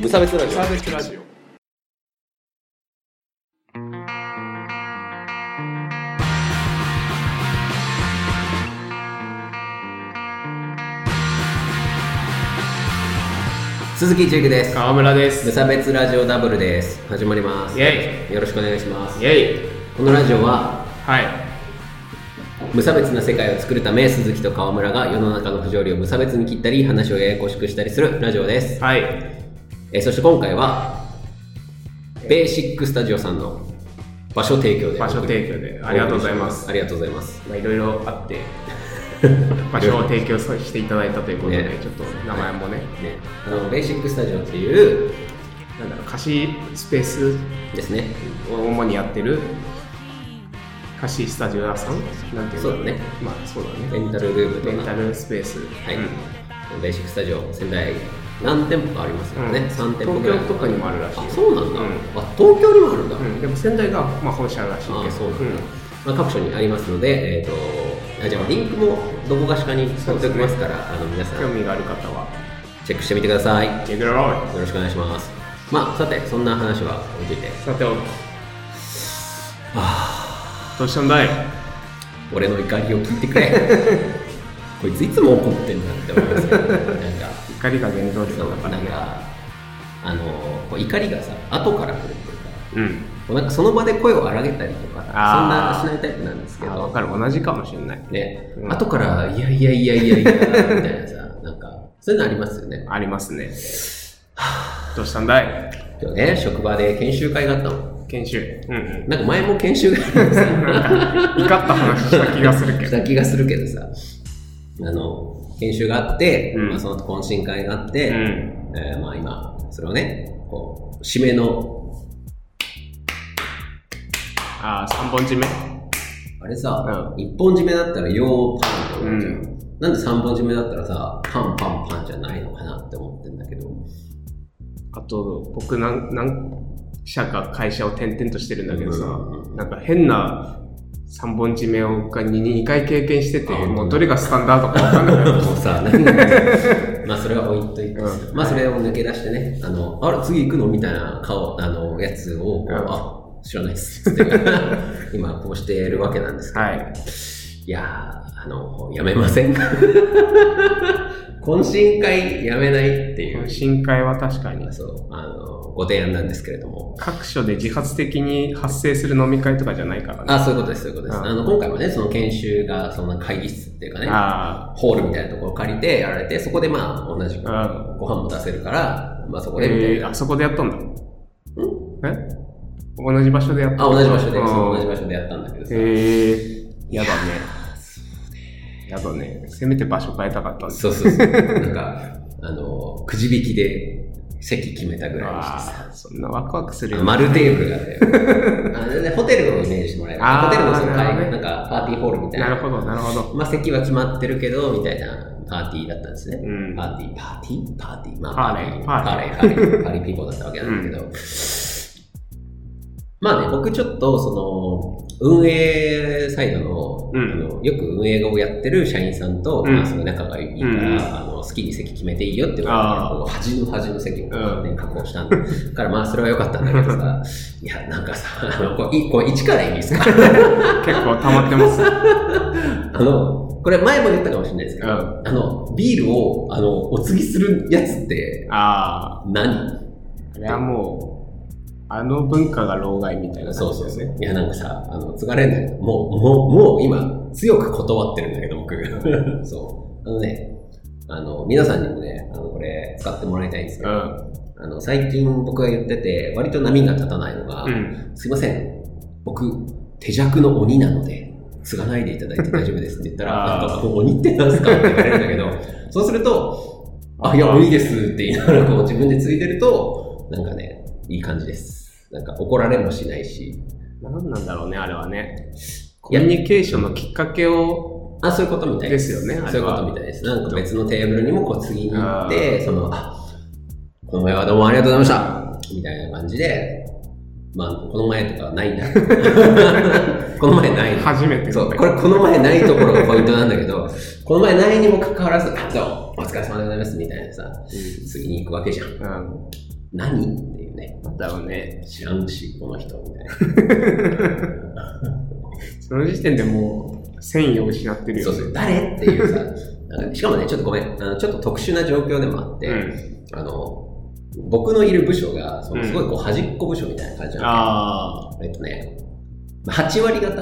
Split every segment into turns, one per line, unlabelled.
無差別ラジオ
サービスラジオ
鈴木千幸です
川村で
無
す
差別ラジオダブルです始まります
イエ
よろしくお願いします
イイエイ
このラジオは
はい
無差別な世界を作るため鈴木と川村が世の中の不条理を無差別に切ったり話をややこしくしたりするラジオです、
はい
えーそして今回はベーシックスタジオさんの場所提供で
場所提供でありがとうございます
ありがとうございます
まあいろいろあって 場所を提供していただいたということで、
ね
ちょっと名前もね
ね、あのベーシックスタジオっていう
なんだろう貸しスペース
ですね
を主にやってる貸しスタジオ屋さんなんていうの
そうだね
まあそうだ
レ
ね
ンタルルームと
レン
か
タルスペースは
はい、
うん
ベーシックスタジオ仙台何店舗かありますよね、
う
3
ん
店舗ぐらい
東京とかにもあるらしい
あそうなんだ、
うん
あ東京にもあるんだ、
うん、でも仙台が、まあ、本社らしいけど
あそうなんだ、まあ、各所にありますのでえっ、とあじゃあリンクもどこかしかに貼っておきますからあの皆さ
うん
ん
興味がある方は
チェックしてみてくださいよ
行くだろ
ろしくお願いしますまあさてそんな話は置いといて
うさておきどうしたんだい
俺の怒りを聞いて くれこいついつも怒ってんだって思いますよなんか
怒りが原動力
そう
だか
な
ら
ん
ね
かあのこう怒りがさ後から来るっていうか
うん
もうなんかその場で声を荒げたりとかそんな
あー
しないタイプなんですけ
あ
ど
分かる同じかもしれない
ね、
うん
後からいやいやいやいやいやみたいなさ なんかそういうのありますよね
ありますねどうしたんだい
今日ね職場で研修会があったの
研修うんうん
なんか前も研修があったんですよ
怒った話した気がするけ
し
ど
た気がするけどさあの研修があって、
うん
まあ、その後懇親会があって、
うん
えーまあ今それをねこう締めの
ああ3本締め
あれさ、
う
一1本締めだったらようパンって思っちゃう、
うん
なんで3本締めだったらさパンパンパンじゃないのかなって思ってんだけど
あと僕なん何社か会社を転々としてるんだけどさ、
う
なんか変な3本締めをが 2, 回経験してて
あ
もうどれがスタンダードかわかんない
もうさ、なんかまあそれは置いといて、
う
まあそれを抜け出してね、あの、あら、次行くのみたいな顔、あの、やつを、
ん
あ、知らないっす。つって 今、こうしているわけなんですけど、
はい
いやー、あの、やめませんか 懇親会やめないっていう、
深海は確かに
そう、あの、ご提案なんですけれども、
各所で自発的に発生する飲み会とかじゃないからね
あ、そういうことです、そういうことです。
うん
あの、今回もね、その研修が、その会議室っていうかね、
あ
ホールみたいなところを借りてやられて、そこでまあ同じく
ああ
ご飯も出せるから、まあそこ
あ
でみたい
えー
な。
あそこでやったんだえ同じ場所でやった
あ、同じ場所で、
うん
そう同じ場所でやったんだけどさ。
へえー、やだねやだねせめて場所変えたかったんです
そうそうそう。なんか、あの、くじ引きで席決めたぐらいにしてさ。
ああそんなワクワクするよね
丸テーブルがね、あのねホテルをイメージしてもらえば、
あー
ホテルのその
なる
会
ほどね
なんかパーティーホールみたいな。
なるほど、なるほど。
まあ席は決まってるけど、みたいなパーティーだったんですね。
うん
パーティー、パーティーパーティーまあ
パーレー
パーレー、パーレー、パーレーピーポーだったわけなんだけど。まあね、僕ちょっと、その、運営サイドの、
うん
あのよく運営をやってる社員さんと、
うん
まあすごい仲がいいから、
うん
あの好きに席決めていいよって言わ
あ
れ
ー
て、こう端の端の席を
うん
ね確保したんだ。からまあ、それは良かったんだけど さ、いや、なんかさ、あの、こういこれ1からいいですか
結構溜まってます。
あの、これ前も言ったかもしれないですけど、
う
あの、ビールを、あの、お継ぎするやつって
ああ、
何、
あれはもう、あの文化が老害みたいな
そ
感
う
じ
そう
です
そ
ね。
う。いや、なんかさ、あの、継がれないもう、もう、もう今、強く断ってるんだけど、僕。 そう。あのね、あの、皆さんにもね、あの、これ、使ってもらいたいんですけ
う
ど、
ん。
あの、最近僕が言ってて、割と波が立たないのが、
うん。
すいません、僕、手弱の鬼なので、継がないでいただい て大丈夫ですって言ったら、
あー
なんか、こう鬼ってなんすかって言われるんだけ ど、そうすると、あ、いや、鬼ですって言いながら、こう自分で継いでると、なんかね、いい感じです。なんか怒られもしないし、
何なんだろうね、あれはね。
い
コ
や
ミュニケーションのきっかけを、
あ、そういうことみたいです。
ですよねあ
そう
れ
いうこ
は
とみたいです。なんか別のテーブルにもこう継ぎに行って、その、あ、この前はどうもありがとうございましたみたいな感じで、まあ、この前とかはないんだ。 この前ないな
初めて
そう、
ね
これこの前ないところがポイントなんだけ ど、この前ないにもかかわらず、あ、どうもお疲れ様でございますみたいなさ、次に行くわけじゃん。
うん。
何っていうね。
だろうね。
知らんし、この人、みたいな。
その時点でもう、繊維を失ってる
そ
よ
う
ね。
そう、誰っていうさ、なんかしかもね、ちょっとごめん、あのちょっと特殊な状況でもあって、
うん。
あの、僕のいる部署が、その
うん
すごいこう端っこ部署みたいな感じな
あ
の、えっとね、8割方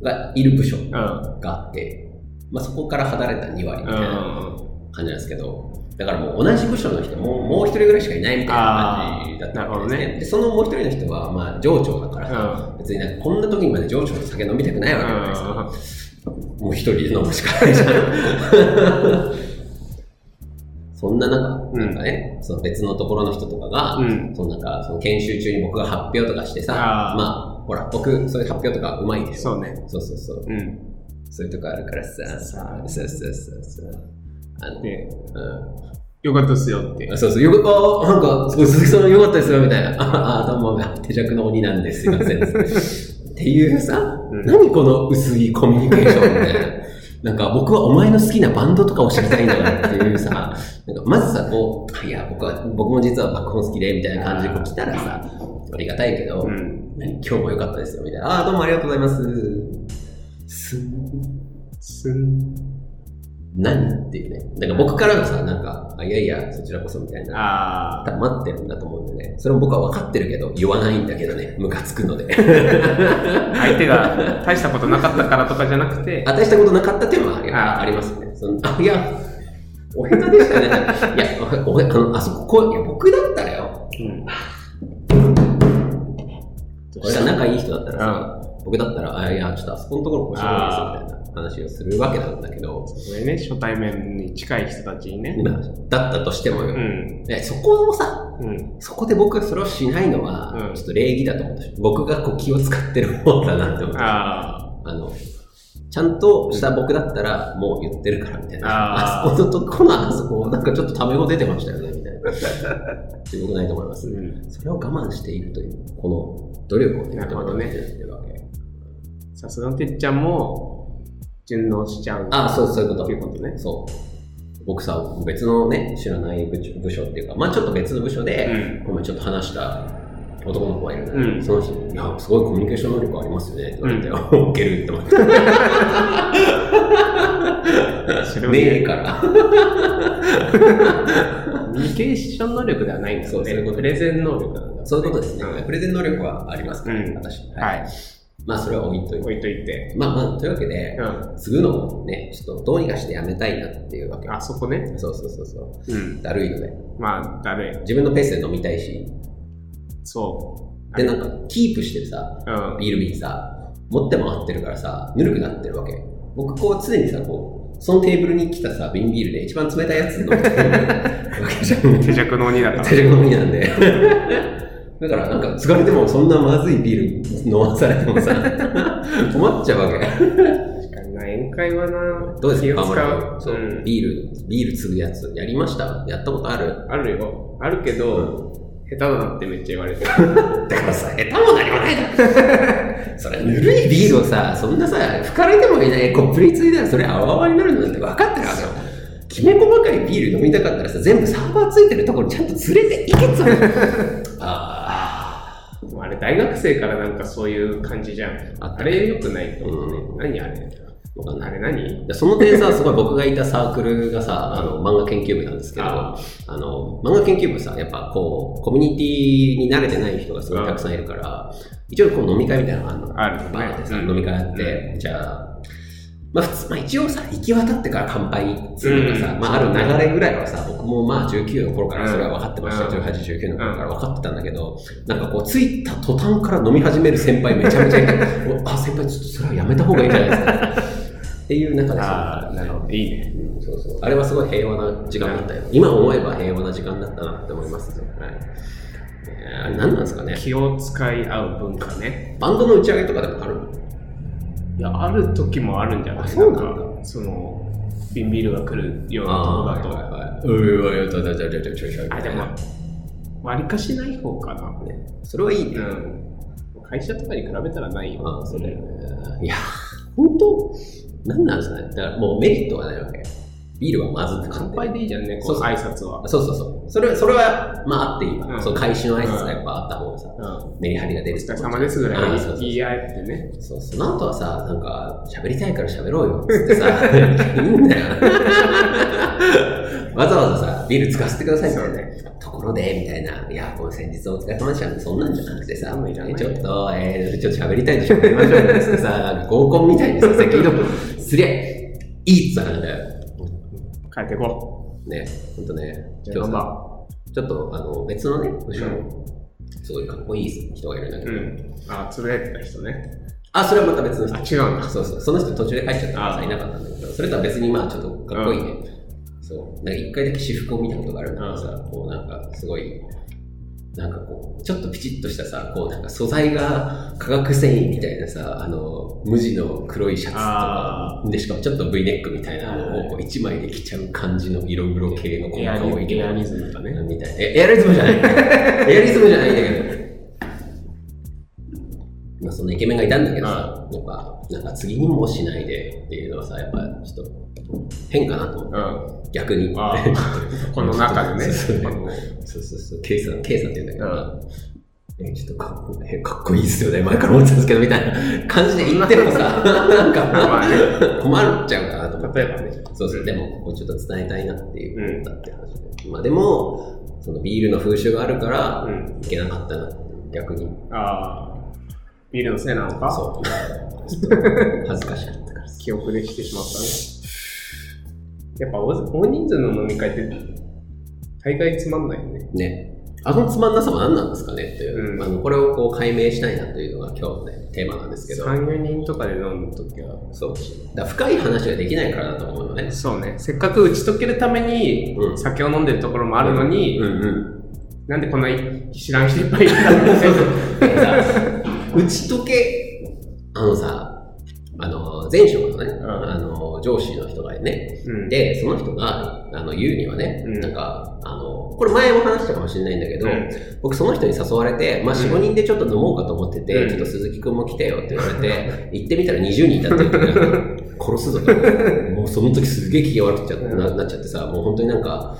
がいる部署
あ。
があって、まあ、そこから離れた2割み
う。
たいなん
うん。
感じなんですけど、だからもう同じ部署の人も、もう一人ぐらいしかいないみたいな感じだったんです
あーなる
ね
ほど
で、そのもう一人の人は、まあ、上長だから
う
さ、
ん。
別になんかこんな時にまで上長と酒飲みたくないわけじゃないですか。
あ
もう一人で飲むしかないじゃん。 そんな中、
うん
なんかね、その別のところの人とかが、
うん
そのなんか、その研修中に僕が発表とかしてさ、
あー
まあ、ほら、僕、そういう発表とかうまいで
ー
しょ。
そうね。
そうそうそう。
うん。
そういうとこあるからさ、
さあ
そうそうそうそう。あの、
で、
う
よかったっすよって
ん。。あそうそう、よかあーなんか、すごい鈴木さん良かったですよ、みたいな。ああー、どうも、手弱の鬼なんです、すいません。っていうさ、
うん。
何この薄いコミュニケーションみたいな。なんか僕はお前の好きなバンドとかを知りたいんだからっていうさ、なんかまずさ、こう、あいや、僕は、僕も実は爆音好きで、みたいな感じでこう来たらさ、ありがたいけど、
うん。
何今日も良かったですよ、みたいな。ああ、どうもありがとうございます。すん、
すん。
何っていうね。なんか僕からもさ、なんか、あいやいや、そちらこそみたいな。
ああ。
待ってるんだと思うんでね。それも僕は分かってるけど、言わないんだけどね。ムカつくので。
相手が大したことなかったからとかじゃなくて、
あ大したことなかったっていうのはやっぱ
あー
ありますね。そのあいや、お下手でしたね。いや、おおあのあそここういや、僕だったらよ。
うん。
俺が仲いい人だったらさ、僕だったら、あいや、ちょっとあそこのところこうしようがないですよみたいな話をするわけなんだけど、
これね、初対面に近い人たちにね。
まあだったとしても
う
よ、
ん。
ねそこをさ、
うん。
そこで僕がそれをしないのは、
うん
ちょっと礼儀だと思ったし、僕がこう気を使ってる方だなって思った。
あ
あの、ちゃんとした僕だったら、もう言ってるから、みたいな。あ
あー
そこと、このあそこ、なんかちょっとため語出てましたよね、みたい な。ってよくないと思いま
あ。
す
う。ん。
それを我慢しているという、この努力をね、
なるほどね
認めてるわけ。
さすがのてっちゃんも、順応しちゃう。
ああ、そう、そういうこと。
っていうことね
そう。僕さ、別のね、知らない部署部署っていうか、まあちょっと別の部署
う
で、
ん。
ごめん、ちょっと話した男の子がいるんだけど、
うん
その人に、いや、すごいコミュニケーション能力ありますよね、って言われて、 ウケるって 思って。
それを
ねえ
ね、
から。
コミュニケーション能力ではないんだ
そ
よ
うそういうこ
ね。
と
プレゼン能力なんだ。
そういうことですね。
うん
プレゼン能力はありますから、
うん
私。
はい。
まあ、それは置いといて。
置いといて。
まあまあ、というわけで
う、ん。
継ぐのをね、ちょっとどうにかしてやめたいなっていうわけ。
あそこね。
そうそうそうそう。
うん。
だるいので。
まあ、だる
自分のペースで飲みたいし、
い。そう。
で、なんか、キープしてるさ、
うん。
ビール瓶さ、持って回ってるからさ、ぬるくなってるわけ。僕、こう、常にさ、こう、そのテーブルに来たさ、瓶ビールで一番冷たいやつ飲んでるわけじゃん。
手弱の 鬼だから。
手酌のみなんで。だからなんか疲れてもそんなまずいビール飲まされても さ、困っちゃうわけ。
確かにな、宴会はな、
どうです
気
か、
を
河村
使
君
う。
そうう。
ん。
ビール、ビール継ぐやつ、やりましたやったことある
あるよ。あるけど、下手だなってめっちゃ言われてる。
だからさ、下手も何もないだ ろ。それ、ぬるいビールをさ、そんなさ、吹かれてもいないコップについたらそれ、あわあわになるのなんて分かってるわけよ。きめ細かいビール飲みたかったらさ、全部サーバーついてるところにちゃんと連れて行けっつうの あ
もうあれ、大学生からなんかそういう感じじゃん。
あ
あ
った
れ良くないと思うね。
うん
何あれ
あ、わかんない
あ。れ何
でその点さ、すごい僕がいたサークルがさ、あの、漫画研究部なんですけど、あ
あ
の、漫画研究部さ、やっぱこう、コミュニティに慣れてない人がすごいたくさんいるから、一応こう飲み会みたいなのがあるの。
ある
バーでさ、
うん
飲み会あって、じゃあ、まあ普通、まあ一応さ、行き渡ってから乾杯するのがさ、
うん
まあある流れぐらいはさ、僕もまあ19の頃からそれは分かってました、
うん
18、19の頃から分かってたんだけど、なんかこう、着いた途端から飲み始める先輩めちゃめちゃいて、お あ、先輩ちょっとそれはやめた方がいいんじゃないですか。っていう中で
あ
さ
あ、、なるほど。いいね。
うんそうそうあれはすごい平和な時間だったよ。今思えば平和な時間だったなって思います。はい。えーあれ何なんですかね。
気を使い合う文化ね。
バンドの打ち上げとかでもある
いや、ある時もあるんじゃない
あそうなんだ
か、その、ビンビールが来るようなとこだと。
あー、はいはいはい。うわ、ちょちょちょちょちょちょ
あ、でも、割りかしない方かな。
ねそれはいいね。
うん。会社とかに比べたらないよ。
あーそれいや、本当なんなんですかね。だからもうメリットはないわけ。ビールはまずって感
乾
じ
杯でいいじゃんね、こ
そうう
挨拶は。
そうそうそう。それそれは、まああっていいわ。
うん
その開始の挨拶がやっぱあった方がさ、
うん。
メリハリが出る
お疲れ様ですぐら
あ
い
そうそう
言い合えてね。
そう、その後はさ、なんか、喋りたいから喋ろうよっつってさ、いやいいんだよ。 わざわざさ、ビール使わせてくださいみたいな。ところで、みたいな。いや、この先日お疲れ様でしたね。そんなんじゃなくてさ、
そんなんじゃない
えちょっと、えー、ちょっと喋りたいんで喋りましょうよっつってさ、なんか合コンみたいにさ、先の、すりゃ、いいっつったからね。
帰ってこ
ね、ほんとね、
う。じゃ
今
あ、
日
ま
さ、ちょっと、あの、別のね、むしろ
うん、
すごいかっこいい人がいるんだけ
う
ど、
ん。あ、つぶやいてた人ね。
あ、それはまた別の人
あ、。違うんだ。
そうそう、その人途中で帰っちゃったから
あ
さ、
ー
いなかったんだけど、それとは別にまあちょっとかっこいいね。そう。なんか一回だけ私服を見たことがあるんだけどさ、こうなんかすごい、なんかこう、ちょっとピチッとしたさ、こうなんか素材が化学繊維みたいなさ、あの、無地の黒いシャツとか
あ、
で、しかもちょっと V ネックみたいなのをこう一枚で着ちゃう感じの色黒系の子
エア
が多い
リエアリズムだね。
みたいな。えエアリズムじゃ ない。エアリズムじゃないんだけど。まあ、そのイケメンがいたんだけどさ、やっぱ、なんか次にもしないでっていうのはさ、やっぱちょっと変かなと思っ
う
て、
ん。
逆に。
あ ーこの中でね
そう。そ
こ
う
の
そうそうそう、ケイさん、ケイさんって言うんだけど、えちょっとかっこえかっこいいっすよね、前から思ってたんですけど、みたいな感じで言って もさ、なん
ま
か
あね。
困っちゃうかなと思って。
例えばね。
そうそう、
うん
でもここちょっと伝えたいなっていうことだって話で、まあでも、そのビールの風習があるから
う、ん。
いけなかったな、逆に。
ああ。ビールのせいなのか
そう。ちょっと恥ずかしかったからさ。
記憶できてしまったね。やっぱ大大人数の飲み会って大概つまんないよね。
ね。あのつまんなさは何なんですかねっていう、
うん
あのこれをこう解明したいなというのが今日の、ね、テーマなんですけど、
3、4人とかで飲むときは。
そうだから深い話ができないからだと思うのね。
そうね。せっかく打ち解けるために
うん
酒を飲んでるところもあるのに、
うんうん。
なんでこんなに知らん人いっぱいいるんだろうね
さ 打ち解け、あのさ、あの前職のね、
ん
あの上司の人がね、
うん
で、その人があの言うにはね、
うん
なんか、あの、これ前も話したかもしれないんだけど、僕その人に誘われて、まあ
うん
4、5人でちょっと飲もうかと思ってて、
うん
ちょっと鈴木くんも来てよって言われて、行ってみたら20人いたって言ってた から、殺すぞと思ってもうその時すげえ機嫌悪くちゃななっちゃってさ、もう本当になんか、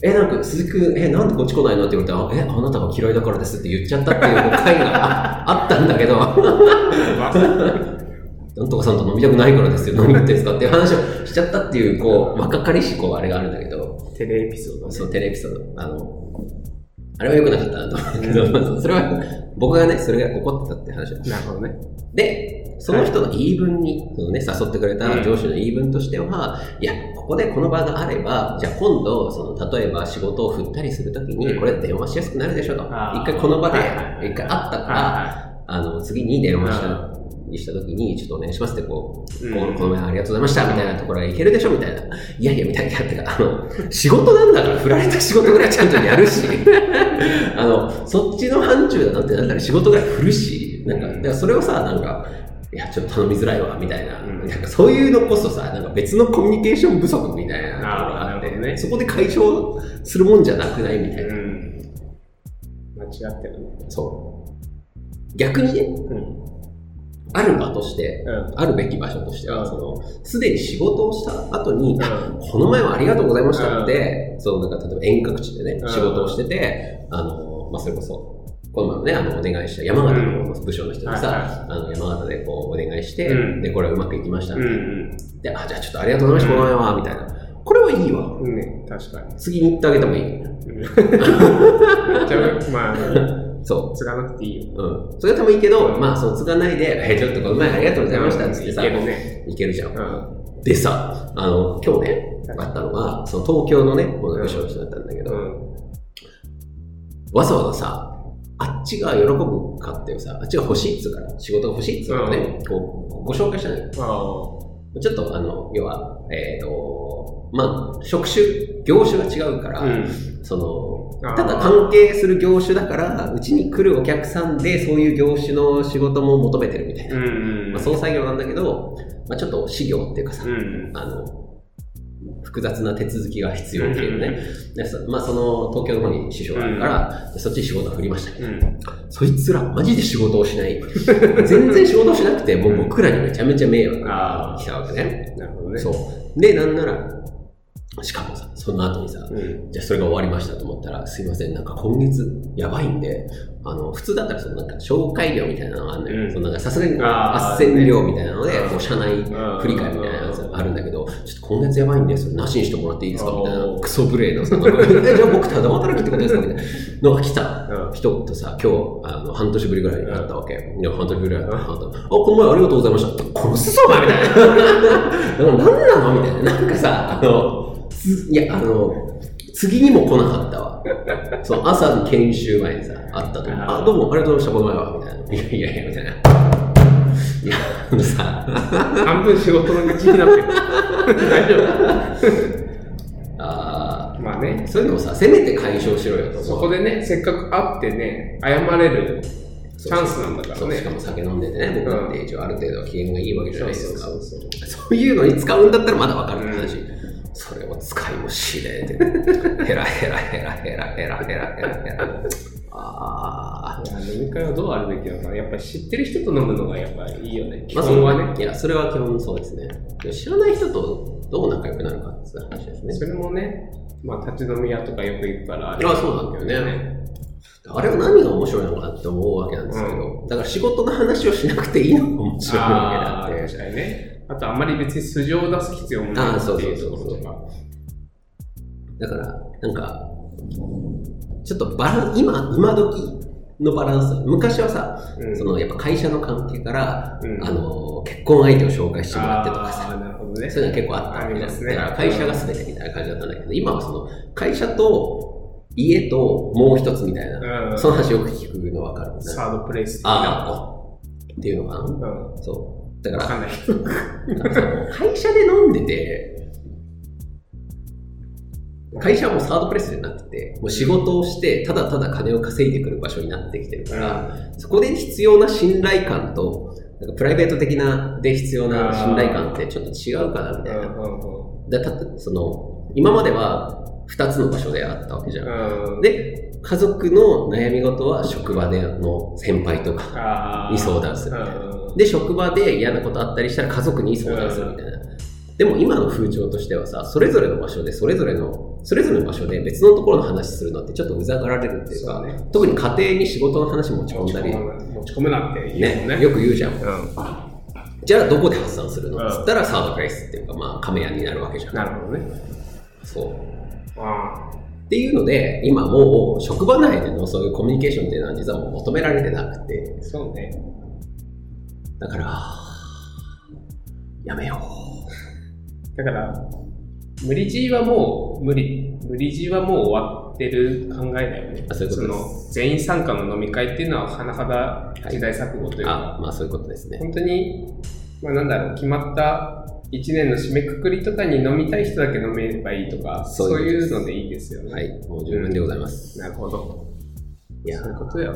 え、なんか、鈴木くん、え、なんでこっち来ないのって言われて、あえ、あなたが嫌いだからですって言っちゃったっていう回がああったんだけど、
うん
なんとかさんと飲みたくないからですよ、何言ってんですかっていう話をしちゃったっていう、こう、若かりし、こう、あれがあるんだけど、
テレエピソードね。
そう、テレエピソード。あの、あれは良くなかったなと思うけど、まあ それは、僕がね、それが怒ってたって話だ
なるほどね。
で、その人の言い分に、そのね、誘ってくれた
うん
上司の言い分としては、いや、ここでこの場があれば、じゃあ今度、その、例えば仕事を振ったりするときに、
うん
これ電話しやすくなるでしょと。
あー
一回この場で
はいはい、はい
一回あったから、
は
あの、次に電話し
う
た、にしたときに、ちょっとお願いしますって、こう、
うん
こうこの前ありがとうございました、みたいなところはいけるでしょみたいな。いやいや、みたいな。てか、あの、仕事なんだから、振られた仕事ぐらいちゃんとやるし、 あの、そっちの範疇だなってなったら仕事ぐらい振るし、なんか、だからそれをさ、なんか、いや、ちょっと頼みづらいわ、みたいな。
うん
なんかそういうのこそさ、なんか別のコミュニケーション不足みたいなところがあっ
あーなる
て、
ほどね
そこで解消するもんじゃなくないみた
い。
いな。
うん。間違ってるね。
そう。逆にね、
うん。
ある場として、
うん。
あるべき場所として
う
は、
ん
その、すでに仕事をした後に、あ
う
この前はありがとうございましたって、その、なんか、例えば遠隔地でね
う、ん
仕事をしてて、あの、まあ、それこそ、この前もね、あの、お願いした山形の部署の人に
はい
さ、あの、山形でこう、お願いして
う、ん
で、これはうまくいきました
ん。。うん。
で、あ、じゃあちょっとありがとうございました、この前は、みたいな。これはいいわ。
うん。ね、確かに。
次に行ってあげてもいい。
うんじゃあ、まあ、
そ
つがなくていいよ。
う。うん。それでもいいけど、まあ、その、つがないで、え、ちょっとこの前ありがとうございましたっつってさ、
いけるね。
いけるじゃん
う。ん。
でさ、あの、今日ね、あったのが、その東京のね、この部署の人だったんだけ
う
ど、
ん。
わざわざさ、あっちが喜ぶかっていうさ、あっちが欲しいっつうから、仕事が欲しいっつうからね、こう、ご紹介したのよ。
ああ。
ちょっと、あの、要は、えっ、と、まあ、職種、業種が違うから、
うん。
そ
あ
の、
ー
ただ関係する業種だから、うちに来るお客さんで、そういう業種の仕事も求めてるみたいな。
うん。
まあ、総裁業なんだけど、まあ、ちょっと、資業っていうかさ、
うん。
あの、複雑な手続きが必要っていうね。でそまあ、その、東京の方に師匠があるから、そっちに仕事を振りましたね。
うん。
そいつら、マジで仕事をしない。全然仕事をしなくて、もう僕らにめちゃめちゃ迷惑が来たわけね。
なるほどね。
そう。で、なんなら、しかもさ、その後にさ、
うん。
じゃあそれが終わりましたと思ったら、すいません、なんか今月やばいんで、あの、普通だったらそのなんか紹介料みたいなのがあるのよ。
うん
そのなんかさすがにこう
あー
斡旋料みたいなので
ね、
こう社内
振
振り返りみたいなやつがあるんだけど、ちょっと今月やばいんで、それなしにしてもらっていいですかみたい
お
な、
ー
クソ無礼のさ、なんかえじゃあ僕ただ働くってことですかみたいなのが来た
うん
人とさ、今日、あの、半年ぶりぐらいに会ったわけ。いや、半年ぶりぐらいに会った。
う
あ、この前ありがとうございました。殺すぞ、お前みたいな。なんなのみたいな。なんかさ、あの、ついや、あの、次にも来なかったわ。その朝の研修前にさ、会ったと。あ、どうもありがとうございました、この前は。みたいな。いやいやいや、みたいな。いや、あのさ、
半分仕事の愚痴になってる。大丈
あ
夫。まあね
ー、そういうのをさ、せめて解消しろよと思う。
そこでね、せっかく会ってね、謝れるチ
そう
ャンスなんだから
そう、しか
ね。
も酒飲んでてね、僕だって一応ある程度は機嫌がいいわけじゃ
そ
ないうです
そう
か。
そうそう。
そういうのに使うんだったらまだわかるって話。
う
それを使いもしねえで、ヘラヘラヘラヘラヘラヘラヘラヘラ。ああ。
いや飲み会はどうあるべきなのかなやっぱり知ってる人と飲むのがやっぱいいよね。基
まあ
本はね。
いや、それは基本そうですね。でも知らない人とどう仲良くなるかっていう話ですね。
それもね、まあ立ち飲み屋とかよく行くかられ
あそうなんだよね。あれは何が面白いのかなって思うわけなんですけど、だから仕事の話をしなくていいのが面白い
あ
わ
あ
けだって
確。かにね。あとあんまり別に素性を出す必要もない
あー
って
そう
い
そうそう
うとこ
そう
ろとか。
だから、なんか、ちょっとバランス、今、今時のバランス、昔はさ、
うん
そのやっぱ会社の関係から、
うん
あの、結婚相手を紹介してもらってとかさ、
あーなるほどね。
そういうの結構あったわけじゃ
あります
ん。
ね
だから会社が全てみたいな感じだったんだけど、今はその、会社と家ともう一つみたいな、
うん
その話よく聞くの分かる。
サードプレイス的な。
ああ、っていうのかな
うん。わ
そう。だから、
かんない。
会社で飲んでて、会社はもうサードプレスじゃなくて、もう仕事をして、ただただ金を稼いでくる場所になってきてるから、そこで必要な信頼感と、なんかプライベート的なで必要な信頼感ってちょっと違うかなみ
う
たい
ん
な。だたその今までは2つの場所であったわけじゃん。
うんうん。
で、家族の悩み事は職場での先輩とか、
あー
に相談するみたいな
うん
で、職場で嫌なことあったりしたら家族に相談するみたいな。でも今の風潮としてはさ、それぞれの場所で、それぞれの、それぞれの場所で別のところの話するのってちょっとうざがられるっていうか、
そうね
特に家庭に仕事の話持ち込んだり、
持ち込むなって言うもんね。
ね、よく言うじゃん。
う
じゃあどこで発散するの
うん
っつったらサードプレイスっていうか、まあ亀屋になるわけじゃ。
ん。なんるほどね。
そう。
あ
っていうので、今もう職場内でのそういうコミュニケーションっていうのは実はもう求められてなくて、
あ、そうね。
だから、やめよ
だから、無理強いはもう無理、無理強いはもう終わってる考えだよね。
あそういうことです。
の全員参加の飲み会っていうのは、甚だ時代錯誤といううか、
あ、まあそういうことですね。
本当に、まあなんだろう、決まった1年の締めくくりとかに飲みたい人だけ飲めればいいとか、
そう
そう
いうこ
い
とです
うのでいいですよね。
はい、もう十分でございます。
なるほど。
いや
そういうことよ。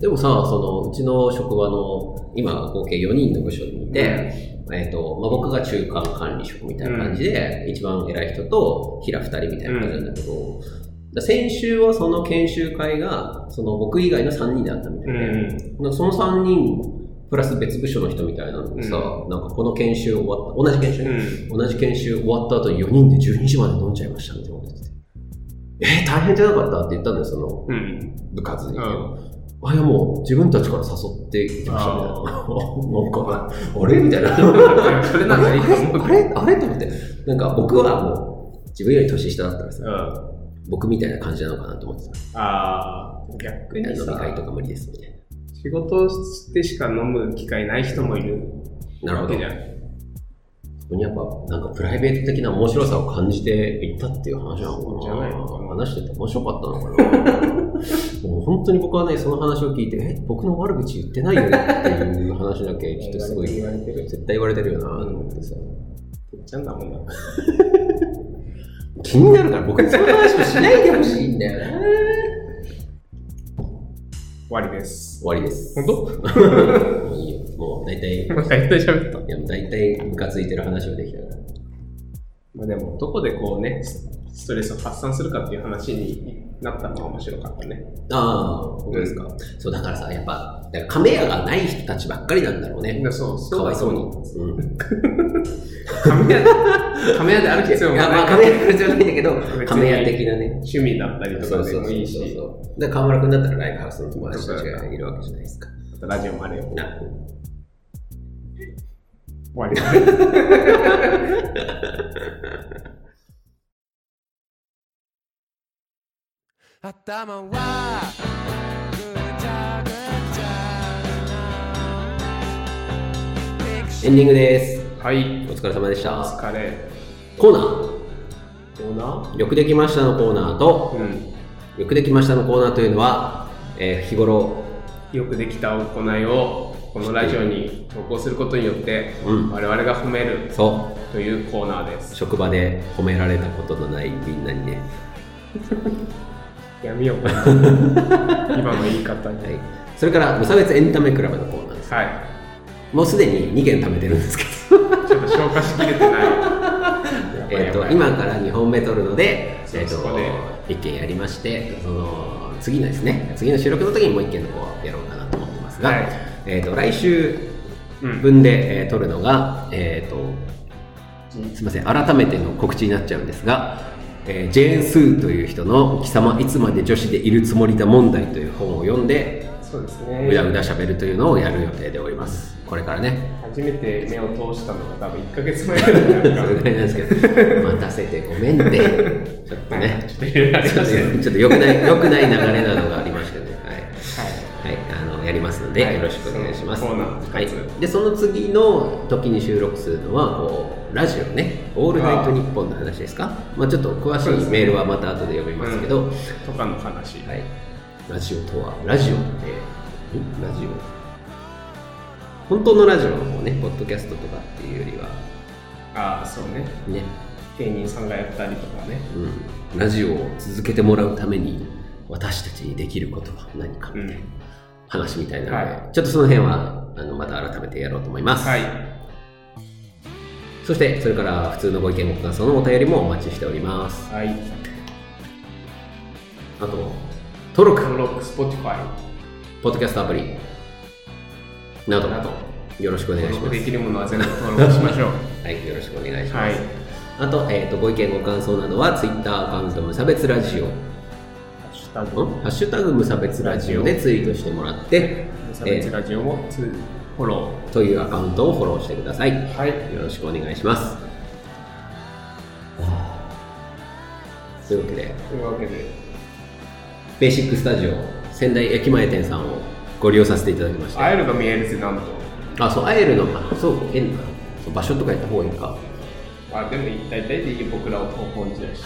でもさ、そのうちの職場の今合計4人の部署にいて、えっとまあ、僕が中間管理職みたいな感じで、一番偉い人と平2人みたいな感じなんだけど、だ先週はその研修会がその僕以外の3人であったみたい
う
で、
ん。
なんかその3人プラス別部署の人みたいなのでさ、
う
なんかこの研修終わった、同じ研修、
うん。
同じ研修終わった後に4人で12時まで飲んじゃいましたみたいなこと言ってて、えー大変じゃなかったって言ったんだよ、その
うん。
部活に、
う
あいやもう自分たちから誘ってきましたみたいな
あ
なんかあれみたいな
それなんかいいと思う
あれあれと思ってなんか僕はもう自分より年下だったらさ、
うん。
僕みたいな感じなのかなと思ってた
ああ、逆
飲み会
にさ
と、か無理ですみたい
仕事をしてしか飲む機会ない人もいる
ななる
わ
ほど
けじゃん。
そこにやっぱなんかプライベート的な面白さを感じていったっていう話なの
そうじ
か
ゃ
な
ないのかな
話してて面白かったのか なもう本当に僕はねその話を聞いてえ僕の悪口言ってないよねっていう話だけちょっとすごい
言われてる。
絶対言われてるよなと思ってさ、
てっちゃんだもんな。
気になるから僕にその話をしないでほしいんだよね
終わりです。
終わりです
本当
もういいよもう大体い
もう大体喋った。
や大体ムカついてる話をできたから
まあでも、どこでこうね、スストレスを発散するか っていう話になったのが面白かったね。
ああ本当ですか、そうだからさやっぱだから亀屋がない人たちばっかりなんだろうね。
なそう、
か
そう
わ
だ
い
そ
そううに。。
に
うん、
亀屋、亀屋である必要
い
も
や、
な
ま
い
あ、
から
亀屋じゃないんだけど、亀屋的なね。
趣味だったりと
そ
か
う
で
そう
も
そう
いい
そ
し、
う。だから河村君だったらライブハウスの友達たちがいるわけじゃないですか。
あとラジオもあるよ。
な
終わり。
頭はぐちゃぐちゃ
エンディングです。
はい。
お疲れ様でし
お
た。
疲れ。
コーナ
どうな
ー、よくできましたのコーナーと、
うん。
よくできましたのコーナーというのは、えー日頃、
よくできた行いを、このラジオに投稿することによって、
うん
我々が褒める
そ
というコーナーで
う、
す。
職場で褒められたことのないみんなにね、
やめ よう今の言い方に。
は
はい。
い、それから無差別エンタメクラブのコーナーですもうすでに2件貯めてるんですけ
ちょっと消化しきれて ない。
ど、えー、
やば
と
いやばい
今から2本目撮るので、
そう
えー、と
そこで
1件やりましてその次のですね次の収録の時にもう1件の方をやろうかなと思ってますが、
はい
えー、と来週
うん。
分で、えー撮るのが、えー、とすみません改めての告知になっちゃうんですが、えージェーン・スーという人の「貴様いつまで女子でいるつもりだ問題」という本を読んで
そうです
うだう
ね。
だしゃべるというのをやる予定でおりますこれからね
初めて目を通したのが多分1ヶ月前ぐらいだった
それ
か
ぐらいなんですけど待たせてごめん ってちょっと
ら。
ね
ちょっといろいろあり
ちょ
ま
っ
したね。
とちょっと良くない良くない流れなのがありましたねはい、は
はい。
い、あのやりますので、
はい
よろしくお願いします
そのコーナー
はい
二、
でその次の時に収録するのはこうラジオね「オールナイトニッポン」の話ですかまあ、ちょっと詳し
そうで
い
すね
メールはまた後で読みますけど、
とかの話、
はい、ラジオとはラジオってんラジオ本当のラジオの方ねポッドキャストとかっていうよりは
ああそうね
ね
芸人さんがやったりとかね
うん、ラジオを続けてもらうために私たちにできることは何かみたいな話みたいなので、
は
ちょっとその辺はあのまた改めてやろうと思います、
はい
そしてそれから普通のご意見ご感想のお便りもお待ちしております
はい
あと登録
登録 Spotify
ポッドキャストアプリなど
など
よろしくお願いしま
登録
す
できるものは全部登録しま しょう
はいよろしくお願いします、
はい
あと,、えー、とご意見ご感想などは Twitter アカウント無差別ラジオ
ハッシュタ
んハッシュタグ無差別ラジオでツイートしてもらって
無差別ラジオもつフォロ
というアカウントをフォローしてください。
ーはい
よろしくお願いします。というわけで、
というわけで
ベーシックスタジオ仙台駅前店さんをご利用させていただきました。
アイルが見えるぜなんと
あ、そう、アエルの、あそう、えんそう場所とか行った方がいいか。
あでも一体大体僕らを投稿時だし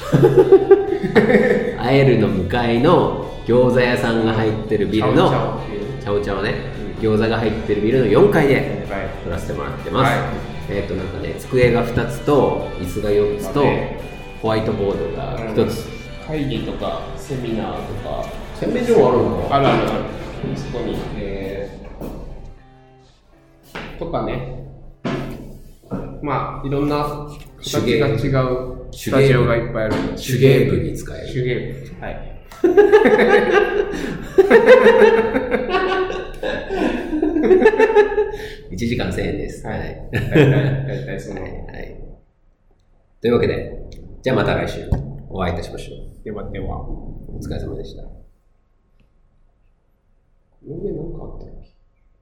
アエルの向かいの餃子屋さんが入ってるビル
ちゃ
の、
うっていう
ちゃおちゃおね、
うん
餃子が入ってるビルの4階で。
はい
撮らせてもらってます、
はい
えっ、となんかね机が2つと椅子が4つと
まあね
ホワイトボードが1つ、
会議とかセミナーとか
洗面所あるの
あるあるあるそこにえー、とかねまあいろんな形が違うスタジオがいっぱいある
手芸部に使える
手芸部はい
1時間1000円です
は
はいい、
大体大体そ
は
の
いはいというわけでじゃあまた来週お会いいたしましょ
ではでは
うお疲れ様でした
人間なんかあったっけ